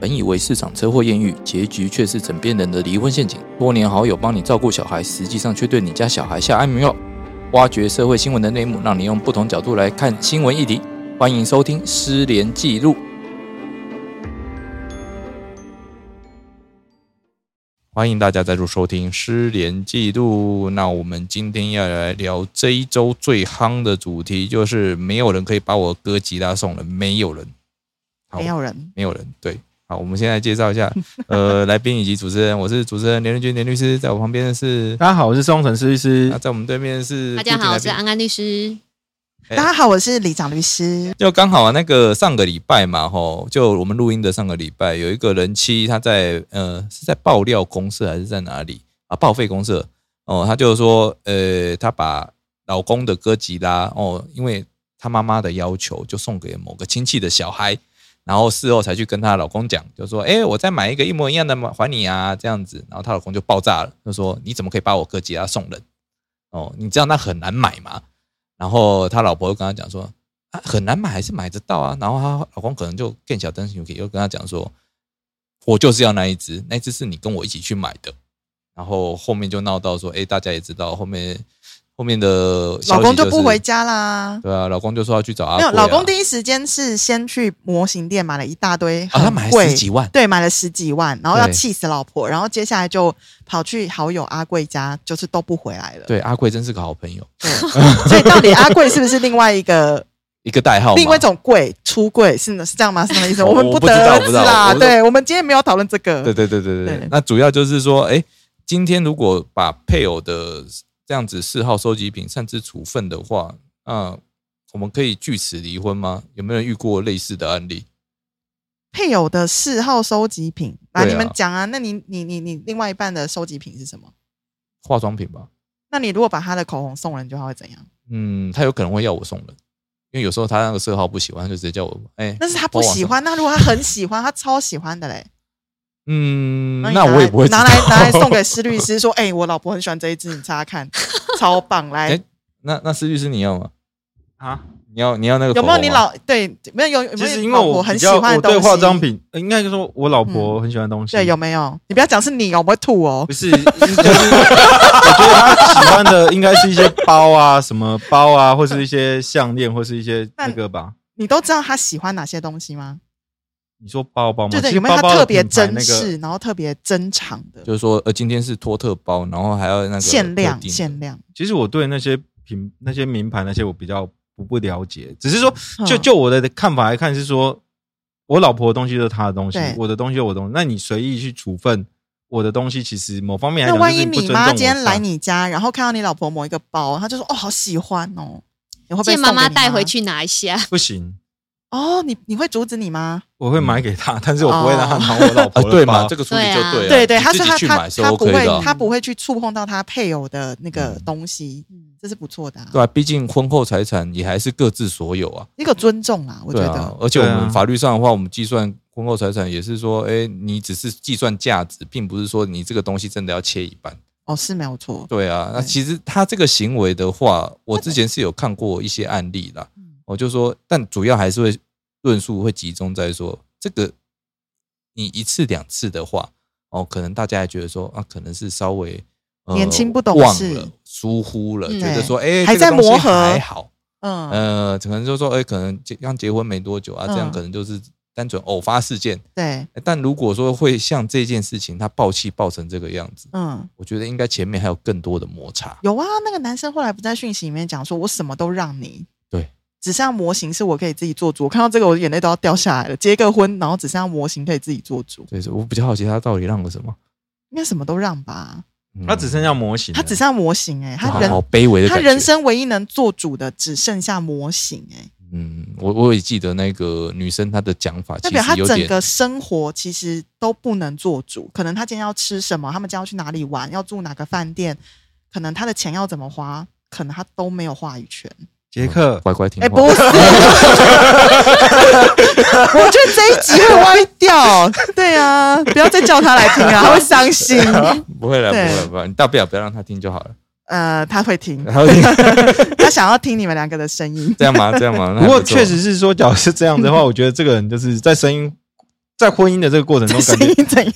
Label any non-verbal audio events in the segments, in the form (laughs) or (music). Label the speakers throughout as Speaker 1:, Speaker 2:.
Speaker 1: 本以为市场车祸艳遇，结局却是枕边人的离婚陷阱。多年好友帮你照顾小孩，实际上却对你家小孩下安眠药。挖掘社会新闻的内幕，让你用不同角度来看新闻议题。欢迎收听《失联记录》。欢迎大家再度收听《失联记录》。那我们今天要来聊这一周最夯的主题，就是没有人可以把我哥吉拉送人，没有人，好
Speaker 2: 没有人，
Speaker 1: 没有人。对，好，我们现在介绍一下， (laughs) 呃，来宾以及主持人，我是主持人连仁君连律师，在我旁边的是，啊
Speaker 3: 大家好，我是双城律师
Speaker 1: 那、。在我们对面是
Speaker 4: 大家好，我
Speaker 1: 固
Speaker 4: 是
Speaker 1: 定来宾
Speaker 4: 安安律师。
Speaker 1: 哎
Speaker 2: 大家好，我是李长
Speaker 1: (laughs)
Speaker 2: 律师。
Speaker 1: 就刚好啊那个上个礼拜嘛，吼，就我们录音的上个礼拜，有一个人妻，她在呃是在爆料公社还是在哪里啊？报废公社哦，她就说呃，她把老公的哥吉拉哦，因为她妈妈的要求，就送给某个亲戚的小孩，然后事后才去跟她老公讲，就说哎、我再买一个一模一样的还你啊，这样子，然后她老公就爆炸了，就说你怎么可以把我哥吉拉送人？哦，你知道那很难买嘛。然后他老婆又跟他讲说，啊，很难买还是买得到啊。然后她老公可能就更小灯心又跟她讲说，我就是要那一只，那一只是你跟我一起去买的。然后后面就闹到说，哎、大家也知道后面后面的消息
Speaker 2: 老公就不
Speaker 1: 是
Speaker 2: 回家啦
Speaker 1: (laughs) 对啊，老公就说要去找阿、啊、
Speaker 2: 没有，老公第一时间是先去模型店买了一大堆
Speaker 1: 啊，
Speaker 2: 很贵，
Speaker 1: 他买了十几万，
Speaker 2: 对，买了十几万，然后要
Speaker 1: 对
Speaker 2: 气死老婆，然后接下来就跑去好友阿贵家，就是都不回来了。
Speaker 1: 对，阿贵真是个好朋友，
Speaker 2: 对， (laughs) 所以到底阿贵是不是另外一个
Speaker 1: 一个代号嘛，
Speaker 2: 另外一种贵出柜是呢是这样吗？是那么意思？
Speaker 1: 我
Speaker 2: 我们
Speaker 1: 我不知
Speaker 2: 得
Speaker 1: 道
Speaker 2: 而
Speaker 1: 我不
Speaker 2: 知
Speaker 1: 知道我
Speaker 2: 啦。
Speaker 1: 不知道
Speaker 2: 对，我们今天没有讨论这个
Speaker 1: 对。对对对对对
Speaker 2: 对。
Speaker 1: 那主要就是说，哎，今天如果把配偶的这样子嗜好收集品擅自处分的话，那我们可以据此离婚吗？有没有人遇过类似的案例？
Speaker 2: 配偶的嗜好收集品，来
Speaker 1: 对啊
Speaker 2: 你们讲啊。那你你你你另外一半的收集品是什么？
Speaker 1: 化妆品吧，
Speaker 2: 那你如果把他的口红送人，就他会怎样？
Speaker 1: 嗯，他有可能会要我送人，因为有时候他那个色号不喜欢，他就直接叫我，哎，
Speaker 2: 那是他不喜欢。那如果他很喜欢，他超喜欢的嘞，
Speaker 1: 嗯，
Speaker 2: 你
Speaker 1: 那
Speaker 2: 拿来
Speaker 1: 我也不会
Speaker 2: 拿来
Speaker 1: 知道
Speaker 2: 拿来送给施律师说：“哎、我老婆很喜欢这一支，你擦擦看，超棒！”来，
Speaker 1: 哎 (laughs) 那那思律师你要吗？
Speaker 3: 啊，
Speaker 1: 你要你要那个
Speaker 2: 有没
Speaker 1: 口红
Speaker 2: 有
Speaker 1: 啊
Speaker 2: 你
Speaker 1: 吗
Speaker 2: 老对没有有有
Speaker 3: 其
Speaker 2: 没
Speaker 3: 实
Speaker 2: 有
Speaker 3: 因
Speaker 2: 你
Speaker 3: 为
Speaker 2: 老
Speaker 3: 我
Speaker 2: 婆
Speaker 3: 比
Speaker 2: 很喜
Speaker 3: 较
Speaker 2: 欢
Speaker 3: 我
Speaker 2: 的东西？嗯
Speaker 3: 对化妆品，呃应该就说我老婆很喜欢的东西。
Speaker 2: 对有没有？你不要讲是你哦，我会吐哦
Speaker 3: 不。是，就是我觉得她喜欢的应该是一些包啊，什么包啊，或是一些项链，或是一些那个吧。
Speaker 2: 你都知道他喜欢哪些东西吗？
Speaker 3: 你说包包吗？
Speaker 2: 对对，
Speaker 3: 其
Speaker 2: 有
Speaker 3: 实
Speaker 2: 没有他
Speaker 3: 包包的
Speaker 2: 特别
Speaker 3: 品牌
Speaker 2: 珍
Speaker 3: 那个
Speaker 2: 视，然后特别珍藏的
Speaker 1: 就是说，呃，今天是托特包，然后还要那个
Speaker 2: 限量
Speaker 1: 特定的
Speaker 2: 限量？
Speaker 3: 其实我对那些品、那些名牌那些我比较不不了解，只是说就
Speaker 2: 嗯
Speaker 3: 就我的看法来看是说，我老婆的东西就是她的东西
Speaker 2: 对，
Speaker 3: 我的东西就是我的东西，那你随意去处分我的东西，其实某方面来
Speaker 2: 那
Speaker 3: 讲，
Speaker 2: 万一
Speaker 3: 就是不
Speaker 2: 你
Speaker 3: 尊重
Speaker 2: 妈
Speaker 3: 我
Speaker 2: 今天来
Speaker 3: 吧
Speaker 2: 你家，然后看到你老婆某一个包，她就说：“哦，好喜欢哦。”你会不会
Speaker 4: 借妈
Speaker 2: 送给
Speaker 4: 妈
Speaker 2: 你
Speaker 4: 带回去拿一下，
Speaker 3: 不行，
Speaker 2: 哦，你你会阻止你吗？
Speaker 3: 我会买给她， (laughs) 但是我不会让她拿我老
Speaker 1: 嗯啊，
Speaker 3: 婆的包。
Speaker 1: 对嘛，这个处理就
Speaker 4: 对啊
Speaker 1: 对了，
Speaker 2: 对对，
Speaker 1: 你
Speaker 2: 他
Speaker 1: 自
Speaker 2: 是
Speaker 1: 己
Speaker 2: 他
Speaker 1: 去
Speaker 2: 他
Speaker 1: 买是
Speaker 2: 他不
Speaker 1: OK
Speaker 2: 会
Speaker 1: 的啊，
Speaker 2: 他不会去触碰到他配偶的那个
Speaker 1: 嗯
Speaker 2: 东西，这是不错的、啊，
Speaker 1: 对吧、毕竟婚后财产也还是各自所有啊。
Speaker 2: 一个尊重啊，我觉
Speaker 1: 对
Speaker 2: 得。
Speaker 1: 啊，而且我
Speaker 3: 对
Speaker 1: 们
Speaker 3: 啊
Speaker 1: 法律上的话，我们计算婚后财产也是说，哎，你只是计算价值，并不是说你这个东西真的要切一半。
Speaker 2: 哦，是没有错。
Speaker 1: 对啊，那
Speaker 2: 对
Speaker 1: 其实他这个行为的话，我之前是有看过一些案例啦，
Speaker 2: 嗯
Speaker 1: 我就说，但主要还是会论述会集中在说，这个你一次两次的话，哦，可能大家还觉得说啊，可能是稍微、呃
Speaker 2: 年轻不懂
Speaker 1: 忘
Speaker 2: 事
Speaker 1: 了、疏忽了，
Speaker 4: 嗯
Speaker 1: 觉得
Speaker 2: 对
Speaker 1: 说，哎，
Speaker 2: 还
Speaker 1: 这个
Speaker 2: 在
Speaker 1: 东西
Speaker 2: 磨合
Speaker 1: 还好。
Speaker 2: 嗯，
Speaker 1: 呃，可能就说，哎、可能结刚结婚没多久啊，这样
Speaker 2: 嗯
Speaker 1: 可能就是单纯偶发事件。
Speaker 2: 对，
Speaker 1: 哎但如果说会像这件事情，他爆气爆成这个样子，
Speaker 2: 嗯，
Speaker 1: 我觉得应该前面还有更多的摩擦。
Speaker 2: 有啊。那个男生后来不在讯息里面讲说，我什么都让你，
Speaker 1: 对，
Speaker 2: 只剩下模型是我可以自己做主。我看到这个，我眼泪都要掉下来了。结个婚，然后只剩下模型可以自己做主，
Speaker 1: 对，我比较好奇他到底让了什么。
Speaker 2: 应该什么都让吧？
Speaker 1: 嗯
Speaker 3: 她只剩下模型了，
Speaker 2: 他只剩下模型、欸，哎，
Speaker 1: 好
Speaker 2: 他人
Speaker 1: 好卑微的
Speaker 2: 他
Speaker 1: 感觉。
Speaker 2: 人，生唯一能做主的只剩下模型、欸，哎。
Speaker 1: 嗯，我我也记得那个女生她的讲法，
Speaker 2: 代
Speaker 1: 其
Speaker 2: 表他
Speaker 1: 实有
Speaker 2: 整
Speaker 1: 点
Speaker 2: 个生活其实都不能做主，可能他今天要吃什么，他们今天要去哪里玩，要住哪个饭店，可能他的钱要怎么花，可能他都没有话语权。
Speaker 1: 嗯
Speaker 3: 杰克，
Speaker 1: 乖乖听
Speaker 2: 哎、
Speaker 1: 话。
Speaker 2: 不是，我觉得这一集会歪掉。对啊，不要再叫他来听
Speaker 1: (laughs)
Speaker 2: 啊，他会伤心。
Speaker 1: 不会了，不
Speaker 2: 对
Speaker 1: 会了，不会啦，你大不了不要让她听就好了。
Speaker 2: 呃，他会听，
Speaker 1: 然后你
Speaker 2: (laughs) 他想要听你们两个的声
Speaker 1: (laughs) 。
Speaker 2: 音
Speaker 1: 这样吗？这样吗？那还
Speaker 3: 不过
Speaker 1: 错
Speaker 3: 确实是说，假如是这样的话，我觉得这个人就是在声音在婚姻的这个过程
Speaker 2: 这
Speaker 3: 中，
Speaker 2: 声
Speaker 3: 感觉
Speaker 2: 音怎样？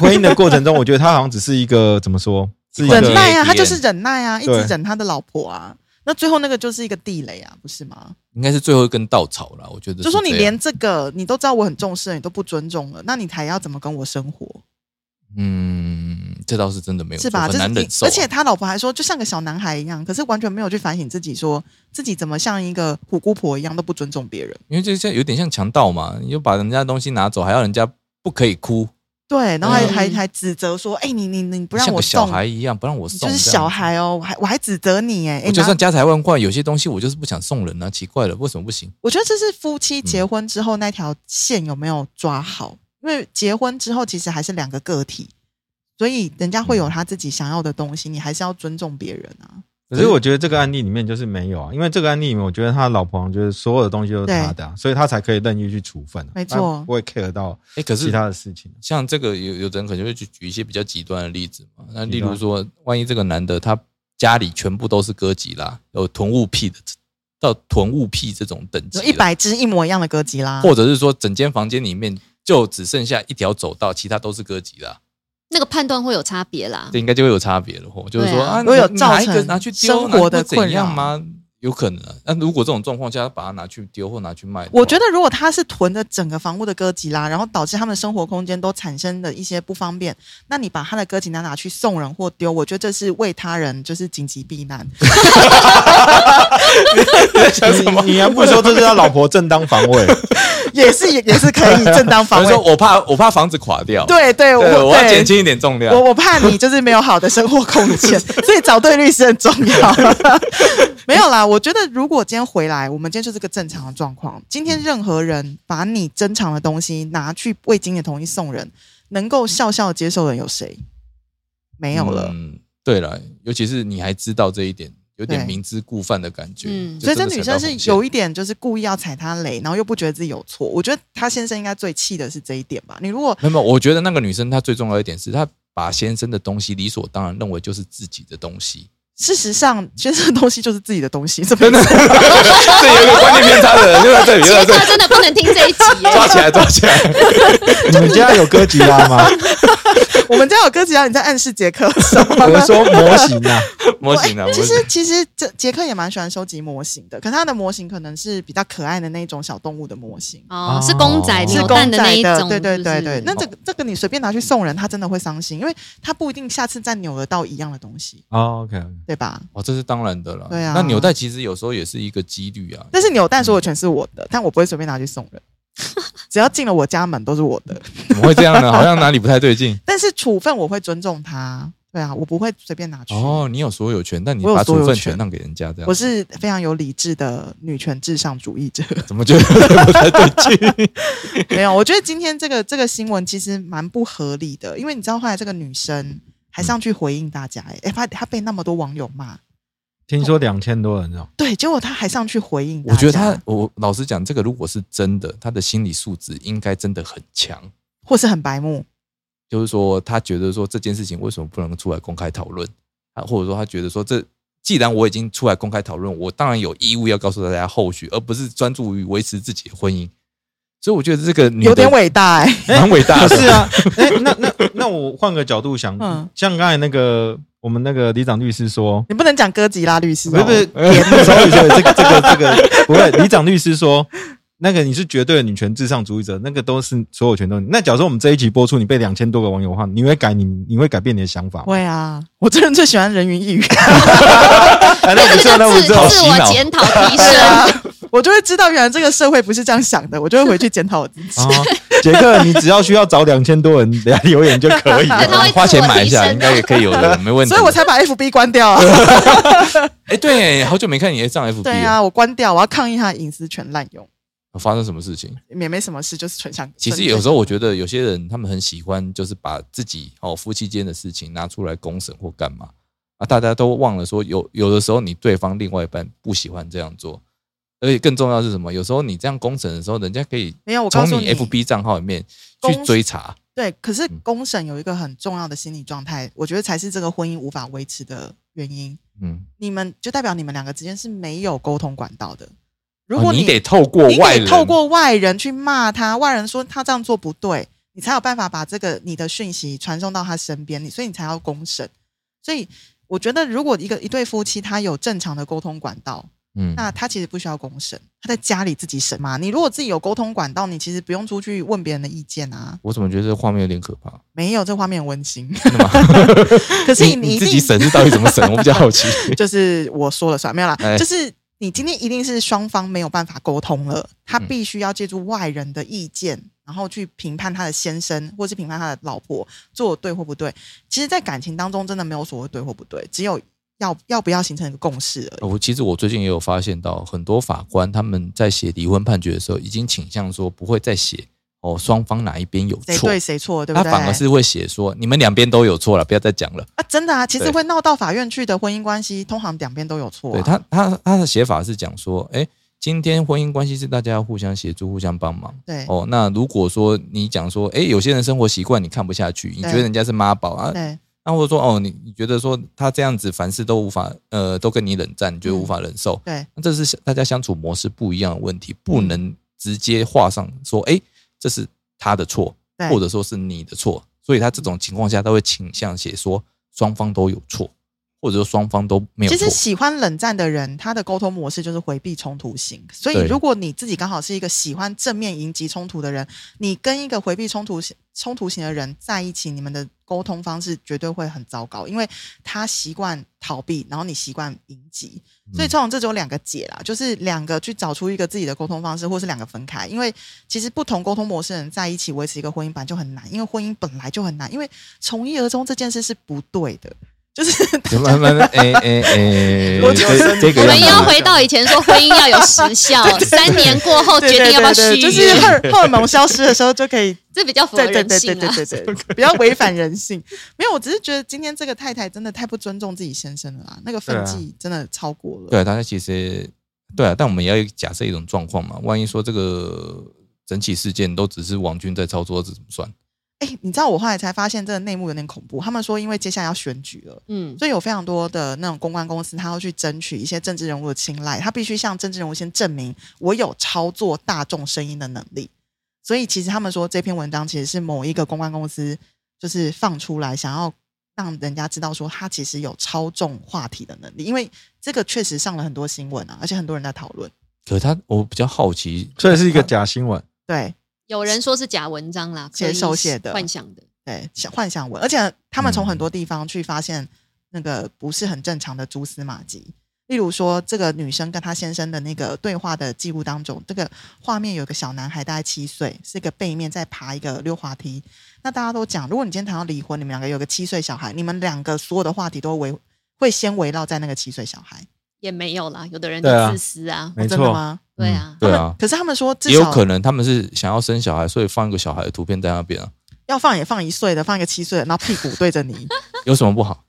Speaker 3: 婚姻的过程中，我觉得他好像只是一个怎么说，是一
Speaker 1: 对
Speaker 2: 忍
Speaker 1: 对
Speaker 3: 个
Speaker 2: 耐啊，
Speaker 1: 对
Speaker 2: 他就是忍耐啊，一直
Speaker 3: 对
Speaker 2: 忍他的老婆啊。那最后那个就是一个地雷啊，不是吗？
Speaker 1: 应该是最后一根稻草了，我觉得是这样。
Speaker 2: 就说你连这个你都知道我很重视，你都不尊重了，那你还要怎么跟我生活？
Speaker 1: 嗯，这倒是真的没有
Speaker 2: 是
Speaker 1: 错，
Speaker 2: 吧？
Speaker 1: 很
Speaker 2: 这是
Speaker 1: 难
Speaker 2: 你
Speaker 1: 忍受啊。
Speaker 2: 而且他老婆还说，就像个小男孩一样，可是完全没有去反省自己说，自己怎么像一个虎姑婆一样都不尊重别人。
Speaker 1: 因为这像有点像强盗嘛，你就把人家的东西拿走，还要人家不可以哭，
Speaker 2: 对，然后还、
Speaker 1: 嗯
Speaker 2: 还还指责说，哎、你你你不让
Speaker 1: 像
Speaker 2: 我
Speaker 1: 个小
Speaker 2: 送，
Speaker 1: 孩一样不让我
Speaker 2: 你
Speaker 1: 送，
Speaker 2: 就是小。孩哦，我还我还指责你哎、哎
Speaker 1: 我就
Speaker 2: 拿
Speaker 1: 算家财万贯，有些东西我就是不想送人啊，奇怪了，为什么不行？
Speaker 2: 我觉得这是
Speaker 1: 嗯
Speaker 2: 夫妻结婚之后那条线有没有抓好，因为结婚之后其实还是两个个体，所以人家会有他自己想要的东
Speaker 1: 嗯
Speaker 2: 西，你还是要尊重别人啊。
Speaker 3: 可是我觉得这个案例里面就是没有啊，因为这个案例里面，我觉得他老婆就是所有的东西都是他的啊、所以他才可以任意去处分、啊，
Speaker 2: 没错
Speaker 3: 他不会 care 到
Speaker 1: 哎，可
Speaker 3: 其
Speaker 1: 是
Speaker 3: 他的事情。啊
Speaker 1: 像这个有有的人可能会举举一些比较极端的例子嘛，那例
Speaker 3: 极端
Speaker 1: 如说，万一这个男的他家里全部都是哥吉拉，有囤物癖的，到囤物癖这种等级
Speaker 2: 有
Speaker 1: 了，
Speaker 2: 一百只一模一样的哥吉拉，
Speaker 1: 啊或者是说整间房间里面就只剩下一条走道，其他都是哥吉拉，
Speaker 4: 那个判断会有差别啦
Speaker 1: 这。应该就会有差别了。或就是说
Speaker 4: 对啊
Speaker 1: 啊，
Speaker 2: 如果有
Speaker 1: 你
Speaker 2: 造
Speaker 1: 拿一个
Speaker 2: 成
Speaker 1: 拿去丢，
Speaker 2: 生活
Speaker 1: 那
Speaker 2: 的
Speaker 1: 会
Speaker 2: 困
Speaker 1: 怎
Speaker 2: 扰
Speaker 1: 样吗？有可能啊。那如果这种状况下，把它拿去丢或拿去卖的话，
Speaker 2: 我觉得如果他是囤着整个房屋的哥吉拉，然后导致他们生活空间都产生了一些不方便，那你把他的哥吉拉拿去送人或丢，我觉得这是为他人就是紧急避难。
Speaker 1: 想什么
Speaker 3: 你你还不说这是他老婆正当防
Speaker 1: (laughs)
Speaker 3: 卫？
Speaker 2: 也是也也是可以正当防
Speaker 1: 反
Speaker 2: 卫
Speaker 1: 正。 (laughs) 说我怕我怕房子垮掉，
Speaker 2: 对对，
Speaker 1: 对，我要
Speaker 2: 对啊
Speaker 1: 减轻一点重量
Speaker 2: 我。我怕你就是没有好的生活空 (laughs) 间，所以找对律师很重 (laughs) 要。没有啦，我觉得如果今天回来，我们今天就是个正常的状况。今天任何人把你珍藏的东西拿去未经你的同意送人，能够笑笑接受的有谁？没有了。
Speaker 1: 嗯，对了，尤其是你还知道这一点，有点
Speaker 2: 对
Speaker 1: 明知故犯的感觉。
Speaker 4: 嗯
Speaker 1: 就
Speaker 2: 所以这
Speaker 1: 真的
Speaker 2: 女
Speaker 1: 踩到
Speaker 2: 生
Speaker 1: 红
Speaker 2: 是
Speaker 1: 线
Speaker 2: 有一点就是故意要踩他雷，然后又不觉得自己有错。我觉得她先生应该最气的是这一点吧。你如果
Speaker 1: 没有，没有我觉得那个女生她最重要一点是，她把先生的东西理所当然认为就是自己的东西，
Speaker 2: (laughs) 事实上先生的东西就是自己的东西，这么说
Speaker 1: 这有一个观念偏差的人就在这里，
Speaker 4: (laughs) 其
Speaker 1: 就在
Speaker 4: 实
Speaker 1: 这
Speaker 4: 他
Speaker 1: 里，
Speaker 4: 真的不能听这一集
Speaker 2: (laughs)
Speaker 4: 耶、
Speaker 1: 抓起来，抓起来。
Speaker 3: 你们家有哥吉
Speaker 1: (laughs)
Speaker 3: 拉吗？
Speaker 2: (laughs) 我们家有哥吉拉，你在暗示杰克什么
Speaker 3: 我
Speaker 2: 呢
Speaker 3: 是？说模型啊，
Speaker 1: (laughs) 模
Speaker 2: 哎
Speaker 1: 型啊，模
Speaker 2: 其
Speaker 1: 型
Speaker 2: 实其实这杰克也蛮喜欢收集模型的，可是他的模型可能是比较可爱的那种小动物的模型，
Speaker 4: 哦，是公仔
Speaker 3: 哦
Speaker 2: 是
Speaker 4: 扭蛋
Speaker 2: 公
Speaker 4: 的那
Speaker 2: 仔
Speaker 4: 一种，
Speaker 2: 对对
Speaker 4: 是不
Speaker 2: 对
Speaker 4: 是
Speaker 2: 对。那这个这个你随便拿去送人，他真的会伤心，因为他不一定下次再扭得到一样的东西，
Speaker 3: 哦，OK，
Speaker 2: 对吧？
Speaker 1: 哦，这是当然的啦。
Speaker 2: 对啊
Speaker 1: 那纽带其实有时候也是一个几率啊。
Speaker 2: 但是扭蛋所有权是我的，但我不会随便拿去送
Speaker 4: (laughs)
Speaker 2: 人，只要进了我家门都是我的。
Speaker 1: 怎么会这样呢？好像哪里不太对
Speaker 2: (laughs)
Speaker 1: 劲。
Speaker 2: 但是处分我会尊重他，对啊，我不会随便拿去。
Speaker 1: 哦，你有所有权，但你
Speaker 2: 我有
Speaker 1: 把
Speaker 2: 所有
Speaker 1: 处分
Speaker 2: 权
Speaker 1: 权让给人家，这样
Speaker 2: 我是非常有理智的女权至上主义者。
Speaker 1: 怎么觉得不太对劲？
Speaker 2: 没有，我觉得今天这个这个新闻其实蛮不合理的，因为你知道后来这个女生还上去回应大家、欸，哎、她她被那么多网友骂，
Speaker 3: 听说两千多人哦，
Speaker 2: 对，结果她还上去回应大
Speaker 1: 我
Speaker 2: 家，
Speaker 1: 觉得他，我老实讲，这个如果是真的，他的心理素质应该真的很强。
Speaker 2: 或是很白目，
Speaker 1: 就是说，他觉得说这件事情为什么不能出来公开讨论？啊，或者说他觉得说这。既然我已经出来公开讨论，我当然有义务要告诉大家后续，而不是专注于维持自己的婚姻。所以我觉得这个女的
Speaker 2: 有点伟大、欸，
Speaker 1: 蛮伟大
Speaker 3: 可
Speaker 1: 的。
Speaker 3: 是啊，哎、那那那我换个角度想，
Speaker 2: 嗯
Speaker 3: 像刚才那个我们那个李长律师说，
Speaker 2: 你不能讲哥吉拉律师、
Speaker 3: 不
Speaker 2: 哦，
Speaker 3: 是不是，sorry (laughs) sorry，这个这个这个不会，李长律师说。那个你是绝对的女权至上主义者，那个都是所有权都是你。那假如说我们这一集播出，你被两千多个网友的话，你会改你你会改变你的想法吗？
Speaker 2: 会啊，我这人最喜欢人云亦云，
Speaker 3: 哎，那不
Speaker 4: 这
Speaker 3: 错，那不
Speaker 4: 个叫
Speaker 2: (laughs)
Speaker 3: 错
Speaker 4: 自，自我检讨提
Speaker 2: 对啊
Speaker 4: 升。，
Speaker 2: 我就会知道原来这个社会不是这样想的，我就会回去检讨我自己。
Speaker 1: 哦
Speaker 3: 啊，杰克，你只要需要找两千多人来留言就可
Speaker 4: 对
Speaker 3: 以
Speaker 4: 他
Speaker 2: (laughs)
Speaker 3: 了。
Speaker 4: 会
Speaker 1: 花钱买一
Speaker 4: 自我
Speaker 1: 下，
Speaker 4: 提升
Speaker 1: 应该也可以有的，没问题。
Speaker 2: 所以我才把 FB 关掉、啊。
Speaker 1: 哎，对，好久没看你上 FB
Speaker 2: 对
Speaker 1: 了，
Speaker 2: 啊，我关掉，我要抗议他的隐私权滥用，
Speaker 1: 发生什么事情？
Speaker 2: 也没什么事，就是纯想。
Speaker 1: 其实有时候我觉得有些人他们很喜欢，就是把自己哦夫妻间的事情拿出来公审或干嘛啊，大家都忘了说有有的时候你对方另外一半不喜欢这样做，而且更重要的是什么？有时候你这样公审的时候，人家可以
Speaker 2: 没有，我告
Speaker 1: 从
Speaker 2: 诉
Speaker 1: 你 FB 账号里面去追查。
Speaker 2: 对，可是
Speaker 1: 嗯
Speaker 2: 公审有一个很重要的心理状态，我觉得才是这个婚姻无法维持的原因。
Speaker 1: 嗯，
Speaker 2: 你们就代表你们两个之间是没有沟通管道的。如果
Speaker 1: 哦
Speaker 2: 你,、
Speaker 1: 你得透过
Speaker 2: 你
Speaker 1: 外
Speaker 2: 得
Speaker 1: 人，
Speaker 2: 透过外人去骂他，外人说他这样做不对，你才有办法把这个你的讯息传送到他身边，你所以你才要公审。所以我觉得，如果一个一对夫妻他有正常的沟通管道，
Speaker 1: 嗯
Speaker 2: 那他其实不需要公审，他在家里自己审嘛。你如果自己有沟通管道，你其实不用出去问别人的意见啊。
Speaker 1: 我怎么觉得这画面有点可
Speaker 2: (laughs)
Speaker 1: 怕？
Speaker 2: 没有，这画面很温馨。
Speaker 1: 的吗
Speaker 2: (laughs) 可是
Speaker 1: 你
Speaker 2: 一
Speaker 1: 自
Speaker 2: 定
Speaker 1: 己审是到底怎么审？我比较好奇。
Speaker 2: (laughs) 就是我说了算，没有啦，
Speaker 1: 哎
Speaker 2: 就是你今天一定是双方没有办法沟通了，他
Speaker 1: 嗯
Speaker 2: 必须要借助外人的意见，然后去评判他的先生或是评判他的老婆做得对或不对。其实，在感情当中，真的没有所谓对或不对，只有要要不要形成一个共识而已。
Speaker 1: 呃我其实我最近也有发现到，很多法官他们在写离婚判决的时候，已经倾向说不会再写哦双方哪一边有
Speaker 2: 谁
Speaker 1: 错
Speaker 2: 对，谁错，对
Speaker 1: 他
Speaker 2: 不对？
Speaker 1: 反而是会写说你们两边都有错了，不要再讲了。
Speaker 2: 啊，真的啊，其实
Speaker 1: 对
Speaker 2: 会闹到法院去的婚姻关系，通常两边都有错、啊。
Speaker 1: 对他，他他的写法是讲说，哎，今天婚姻关系是大家要互相协助、互相帮忙。
Speaker 2: 对
Speaker 1: 哦，那如果说你讲说，哎，有些人生活习惯你看不下去，你
Speaker 2: 对
Speaker 1: 觉得人家是妈宝啊，
Speaker 2: 对
Speaker 1: 那或者说哦，你你觉得说他这样子凡事都无法呃都跟你冷战，你觉得
Speaker 2: 嗯
Speaker 1: 无法忍受，
Speaker 2: 对
Speaker 1: 那这是大家相处模式不一样的问题，
Speaker 2: 嗯
Speaker 1: 不能直接画上说，哎、这是他的错，
Speaker 2: 对，
Speaker 1: 或者说是你的错，所以他这种情况下，他会倾向写说双方都有错，或者说双方都没有
Speaker 2: 其实
Speaker 1: 错。
Speaker 2: 喜欢冷战的人，他的沟通模式就是回避冲突型。所以
Speaker 1: 对
Speaker 2: 如果你自己刚好是一个喜欢正面迎击冲突的人，你跟一个回避冲突型冲突型的人在一起，你们的沟通方式绝对会很糟糕，因为他习惯逃避，然后你习惯迎击。
Speaker 1: 嗯
Speaker 2: 所以通常这只有两个解啦，就是两个去找出一个自己的沟通方式，或是两个分开。因为其实不同沟通模式的人在一起维持一个婚姻本来就很难，因为婚姻本来就很难，因为从一而终这件事是不对的。就是
Speaker 1: 慢慢慢，哎哎哎，
Speaker 2: (laughs) 我
Speaker 1: 这
Speaker 2: 觉
Speaker 3: 得
Speaker 1: 这
Speaker 4: 我
Speaker 1: 个
Speaker 4: 们
Speaker 1: 子
Speaker 4: 要回到以前说婚姻要有时
Speaker 2: (laughs)
Speaker 4: 效，三年过后决定要不要续
Speaker 2: 对对对对
Speaker 4: 约，
Speaker 2: 就是荷尔荷尔蒙消失的时候就可以，
Speaker 4: 这比较符合
Speaker 2: 对对
Speaker 4: 人
Speaker 2: 对
Speaker 4: 性
Speaker 2: 对
Speaker 4: 啊。
Speaker 2: 对对对，不要违反人性。没有，我只是觉得今天这个太太真的太不尊重自己先生了啦，那个分际真的超过了。
Speaker 1: 对，大家其实对啊，但我们也要假设一种状况嘛，万一说这个整起事件都只是王军在操作，这怎么算？
Speaker 2: 哎，你知道我后来才发现这个内幕有点恐怖。他们说，因为接下来要选举了。
Speaker 4: 嗯，
Speaker 2: 所以有非常多的那种公关公司，他要去争取一些政治人物的青睐，他必须向政治人物先证明我有操作大众声音的能力。所以其实他们说这篇文章其实是某一个公关公司就是放出来，想要让人家知道说他其实有操纵话题的能力，因为这个确实上了很多新闻啊，而且很多人在讨论。
Speaker 1: 可是他，我比较好奇，
Speaker 3: 所以是一个假新闻。
Speaker 2: 对
Speaker 4: 有人说是假文章啦，
Speaker 2: 写
Speaker 4: 可以
Speaker 2: 手写的
Speaker 4: 幻想的，
Speaker 2: 对，想幻想文，而且他们从很多
Speaker 1: 嗯
Speaker 2: 地方去发现那个不是很正常的蛛丝马迹。例如说，这个女生跟她先生的那个对话的记录当中，这个画面有个小男孩，大概七岁，是一个背面在爬一个溜滑梯。那大家都讲，如果你今天谈到离婚，你们两个有个七岁小孩，你们两个所有的话题都围会先围绕在那个七岁小孩，
Speaker 4: 也没有啦。有的人就
Speaker 3: 对啊
Speaker 4: 自私啊，
Speaker 3: 没
Speaker 2: 哦真的
Speaker 3: 错，
Speaker 2: 吗？
Speaker 4: 对啊，
Speaker 1: 对
Speaker 2: 他们
Speaker 1: 啊，
Speaker 2: 可是他们说，至
Speaker 1: 也有
Speaker 2: 少
Speaker 1: 可能他们是想要生小孩，所以放一个小孩的图片在那
Speaker 4: (laughs)
Speaker 1: 边啊，
Speaker 2: 要放也放一岁的，放一个七岁的，然后屁股对着你。
Speaker 1: 有什么不好？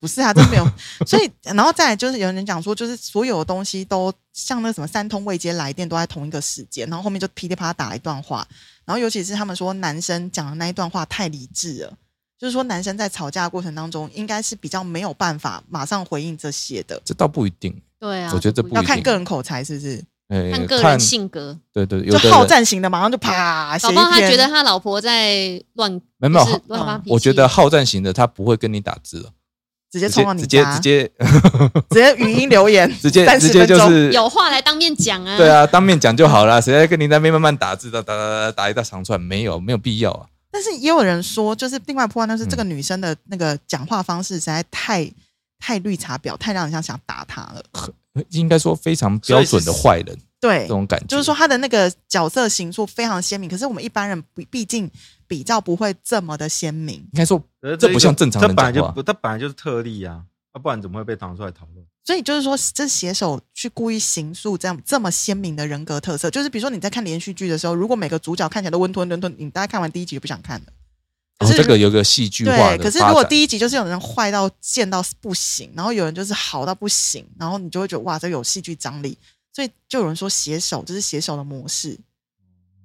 Speaker 2: 不是啊，真没有。 (laughs) 所以，然后再来就是有人讲说，就是所有的东西都像那什么三通未接来电都在同一个时间，然后后面就噼里啪啦打一段话，然后尤其是他们说男生讲的那一段话太理智了，就是说男生在吵架的过程当中应该是比较没有办法马上回应这些的，
Speaker 1: 这倒不一定，
Speaker 4: 对啊，
Speaker 1: 我觉得这
Speaker 4: 不
Speaker 1: 不
Speaker 4: 一
Speaker 2: 要
Speaker 1: 一
Speaker 4: 样
Speaker 1: 定
Speaker 2: 看个人口才是不是？
Speaker 1: 哎
Speaker 4: 看个人性格，
Speaker 1: 对对，有
Speaker 2: 就
Speaker 1: 的
Speaker 2: 好
Speaker 1: 人
Speaker 2: 战型的，马上
Speaker 1: (laughs)
Speaker 2: 就啪写
Speaker 4: 搞
Speaker 2: 一
Speaker 4: 不好他
Speaker 2: 篇，
Speaker 4: 觉得他老婆在乱，
Speaker 1: 没有没
Speaker 4: 就
Speaker 1: 有
Speaker 4: 是
Speaker 1: 好，
Speaker 4: 乱发脾气。
Speaker 1: 我觉得好战型的他不会跟你打字了，
Speaker 2: 直接
Speaker 1: 直接
Speaker 2: 冲到你
Speaker 1: 直接
Speaker 2: 家，
Speaker 1: 直接，
Speaker 2: (laughs) 直接语音留言
Speaker 1: 直接
Speaker 2: 30
Speaker 1: 直接就
Speaker 2: 分钟
Speaker 1: 是
Speaker 4: 有话来当面讲啊。
Speaker 1: 对，啊，当面讲就好了，谁在跟你那边慢慢打字打打打打打一大长串？没有没有必要啊。
Speaker 2: 但是也有人说，就是另外破案，但是这个女生的那个讲话方式实在太太绿茶婊，太让人家想打她了。
Speaker 1: 应该说非常标准的坏人
Speaker 2: 对
Speaker 1: 这，种感觉，
Speaker 2: 就是说她的那个角色形塑非常鲜明，可是我们一般人毕毕竟比较不会这么的鲜明，
Speaker 1: 应该说
Speaker 3: 可是
Speaker 1: 这
Speaker 3: 一个
Speaker 1: 不像正常人
Speaker 3: 这本来
Speaker 1: 讲
Speaker 3: 就
Speaker 1: 话
Speaker 3: 不，这本来就是特例啊，啊，不然怎么会被拿出来讨论？
Speaker 2: 所以就是说，这写手去故意形塑这样这么鲜明的人格特色，就是比如说你在看连续剧的时候，如果每个主角看起来都温吞吞吞，你大概看完第一集就不想看了。
Speaker 1: 哦
Speaker 2: 可是
Speaker 1: 这个有个戏剧化
Speaker 2: 对，
Speaker 1: 的
Speaker 2: 可是如
Speaker 1: 发
Speaker 2: 果
Speaker 1: 展
Speaker 2: 第一集就是有人坏到贱到不行，然后有人就是好到不行，然后你就会觉得哇，这有戏剧张力。所以就有人说写手这是写手的模式，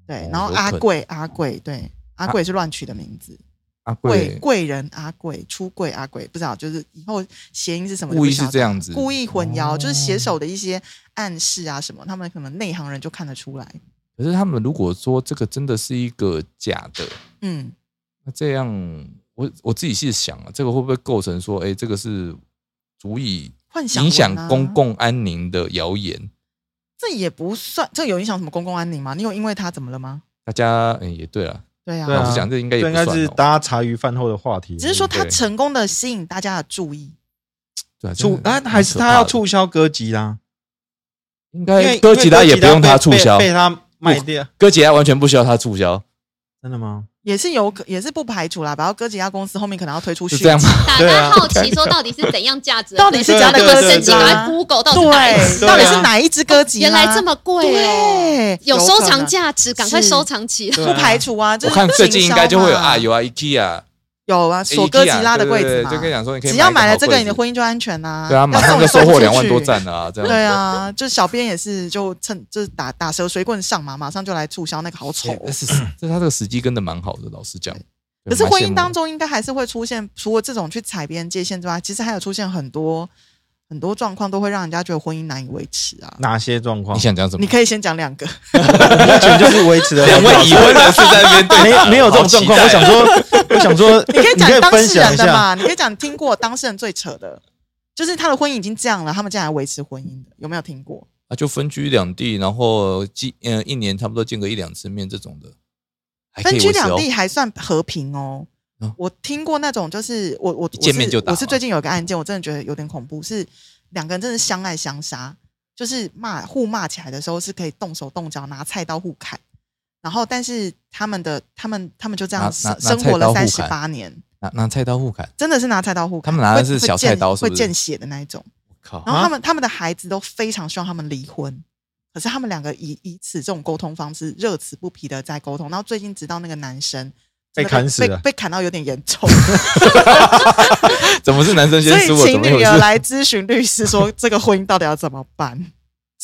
Speaker 2: 对
Speaker 1: 哦。
Speaker 2: 然后
Speaker 1: 有
Speaker 2: 阿
Speaker 1: 可能
Speaker 2: 贵，阿贵，对，阿贵也是乱取的名字，
Speaker 1: 阿啊
Speaker 2: 贵
Speaker 1: 贵
Speaker 2: 贵人阿贵出柜阿贵，不知道就是以后谐音是什么，
Speaker 1: 故意
Speaker 2: 不晓
Speaker 1: 是
Speaker 2: 得
Speaker 1: 这样子，
Speaker 2: 故意混淆，
Speaker 3: 哦
Speaker 2: 就是写手的一些暗示啊什么，他们可能内行人就看得出来。
Speaker 1: 可是他们如果说这个真的是一个假的，
Speaker 2: 嗯，
Speaker 1: 那这样我我自己是想啊，这个会不会构成说，哎、这个是足以
Speaker 2: 幻想、啊
Speaker 1: 影响公，共安宁的谣言？
Speaker 2: 这也不算，这有影响什么公共安宁吗？你有因为他怎么了吗？
Speaker 1: 大家，嗯、也对了，
Speaker 2: 对啊，
Speaker 3: 对啊
Speaker 1: 老实讲，这应该也
Speaker 3: 这
Speaker 1: 不
Speaker 3: 应该
Speaker 1: 算、
Speaker 3: 是
Speaker 1: 哦。
Speaker 3: 大家茶余饭后的话题。
Speaker 2: 只是说
Speaker 1: 嗯
Speaker 2: 他
Speaker 1: 对
Speaker 2: 成功的吸引大家的注意，
Speaker 1: 对啊
Speaker 3: 促，
Speaker 1: 那
Speaker 3: 那还是他要，促销歌吉啦，
Speaker 1: 应
Speaker 3: 因
Speaker 1: 该
Speaker 3: 为
Speaker 1: 哎哥吉拉也不用他
Speaker 3: 他
Speaker 1: 促销，
Speaker 3: 被被他卖掉。
Speaker 1: 哥吉拉完全不需要他促销，
Speaker 3: 真的吗？
Speaker 2: 也是有可，也是不排除啦。然后哥吉拉公司后面可能要推出续
Speaker 1: 是
Speaker 2: 集
Speaker 1: 这样吗？
Speaker 4: 大
Speaker 3: 对
Speaker 4: 家
Speaker 3: 啊
Speaker 4: 好奇说到底是怎样价值的
Speaker 2: 到
Speaker 4: 歌，
Speaker 2: 底是
Speaker 3: 怎样的歌
Speaker 4: 甚至
Speaker 3: 对对对
Speaker 4: 来 Google 到底是哪一
Speaker 2: 啊对，
Speaker 4: 支
Speaker 3: 对
Speaker 2: 到底
Speaker 3: 啊
Speaker 2: 是哪一只哥吉拉？
Speaker 4: 原来这么贵哦，
Speaker 2: 对，
Speaker 4: 有收藏
Speaker 2: 可能，
Speaker 4: 价值，赶快
Speaker 2: 是
Speaker 4: 收藏起来。
Speaker 3: 对
Speaker 2: 不
Speaker 3: 啊
Speaker 2: 排除啊。就
Speaker 1: 我
Speaker 2: 是
Speaker 1: 看最近应该就会有
Speaker 2: 行销嘛
Speaker 1: 啊，有啊，IKEA，
Speaker 2: 有啊，
Speaker 1: 哎
Speaker 2: 锁哥吉
Speaker 1: IKEA，
Speaker 2: 拉的柜
Speaker 1: 对
Speaker 2: 子
Speaker 1: 对
Speaker 2: 嘛
Speaker 1: 对就跟你讲说，你可以
Speaker 2: 只要
Speaker 1: 买一个
Speaker 2: 买了
Speaker 1: 好
Speaker 2: 这个，
Speaker 1: 柜
Speaker 2: 你的
Speaker 1: 子
Speaker 2: 婚姻就安全啦。
Speaker 1: 对啊，马上就
Speaker 2: 要送
Speaker 1: 收
Speaker 2: 你
Speaker 1: 获
Speaker 2: 送
Speaker 1: 两
Speaker 2: 出
Speaker 1: 万
Speaker 2: 去
Speaker 1: 多。赞了啊，这样子
Speaker 2: 对，啊，就小编也是，就趁就是打打蛇随棍上嘛，马上就来促销那个好丑
Speaker 1: 哎。这是这他这个时机跟的蛮好的，老实讲。
Speaker 2: 可是
Speaker 1: 蛮
Speaker 2: 婚
Speaker 1: 羡慕
Speaker 2: 姻
Speaker 1: 的
Speaker 2: 当中应该还是会出现，除了这种去踩别人界限之外，其实还有出现很多很多状况，都会让人家觉得婚姻难以维持啊。
Speaker 3: 哪些状况
Speaker 1: 你？想讲什么
Speaker 2: 你？可以先讲两个，
Speaker 3: 目前就是维持
Speaker 1: (laughs)
Speaker 3: 的
Speaker 1: 两位已婚人士在那边对
Speaker 3: 没
Speaker 1: 打
Speaker 3: 没有这种状况。
Speaker 1: 好
Speaker 3: 我
Speaker 1: 期待啊
Speaker 3: 想说，我想说，
Speaker 2: (laughs) 你可以讲当
Speaker 3: 分
Speaker 2: 事
Speaker 3: 享
Speaker 2: 人
Speaker 3: 一
Speaker 2: 的
Speaker 3: 下。
Speaker 2: 嘛，你可以讲听过当事人最扯的，就是他的婚姻已经这样了，他们竟然还维持婚姻的，有没有听过？
Speaker 1: 啊，就分居两地，然后几嗯一年差不多见个一两次面这种的，还可以
Speaker 2: 分居
Speaker 1: 维持
Speaker 2: 两
Speaker 1: 哦
Speaker 2: 地还算和平哦
Speaker 1: 嗯。
Speaker 2: 我听过那种，就是我我我
Speaker 1: 见面
Speaker 2: 是
Speaker 1: 就打
Speaker 2: 我是
Speaker 1: 吗
Speaker 2: 最近有一个案件，我真的觉得有点恐怖，是两个人真的相爱相杀，就是骂互骂起来的时候是可以动手动脚拿菜刀互砍，然后但是他们的他们他们就这
Speaker 1: 拿
Speaker 2: 样
Speaker 1: 拿
Speaker 2: 生
Speaker 1: 拿
Speaker 2: 生活了
Speaker 1: 菜刀
Speaker 2: 三
Speaker 1: 互
Speaker 2: 十
Speaker 1: 砍
Speaker 2: 八年，
Speaker 1: 拿拿菜刀互砍， (laughs)
Speaker 2: 真的是拿菜刀互
Speaker 1: 他
Speaker 2: 砍，
Speaker 1: 们拿的
Speaker 2: 会
Speaker 1: 是小
Speaker 2: 会溅
Speaker 1: 菜刀是不
Speaker 2: 会
Speaker 1: 是
Speaker 2: 见血的那一种。
Speaker 1: 我靠，
Speaker 2: 然后
Speaker 3: 啊
Speaker 2: 他们、他们的孩子都非常希望他们离婚，可是他们两个以以此这种沟通方式热此不疲的在沟通，然后最近直到那个男生真的
Speaker 3: 被砍死了
Speaker 2: 被被砍到有点严
Speaker 3: (laughs)
Speaker 2: 重，
Speaker 1: 怎么是男生先
Speaker 2: 所以
Speaker 1: 输我？怎
Speaker 2: 请
Speaker 1: 么有
Speaker 2: 女
Speaker 1: 事
Speaker 2: 儿？来咨询律师
Speaker 3: (laughs)
Speaker 2: 说这个婚姻到底要怎么办，
Speaker 3: 哦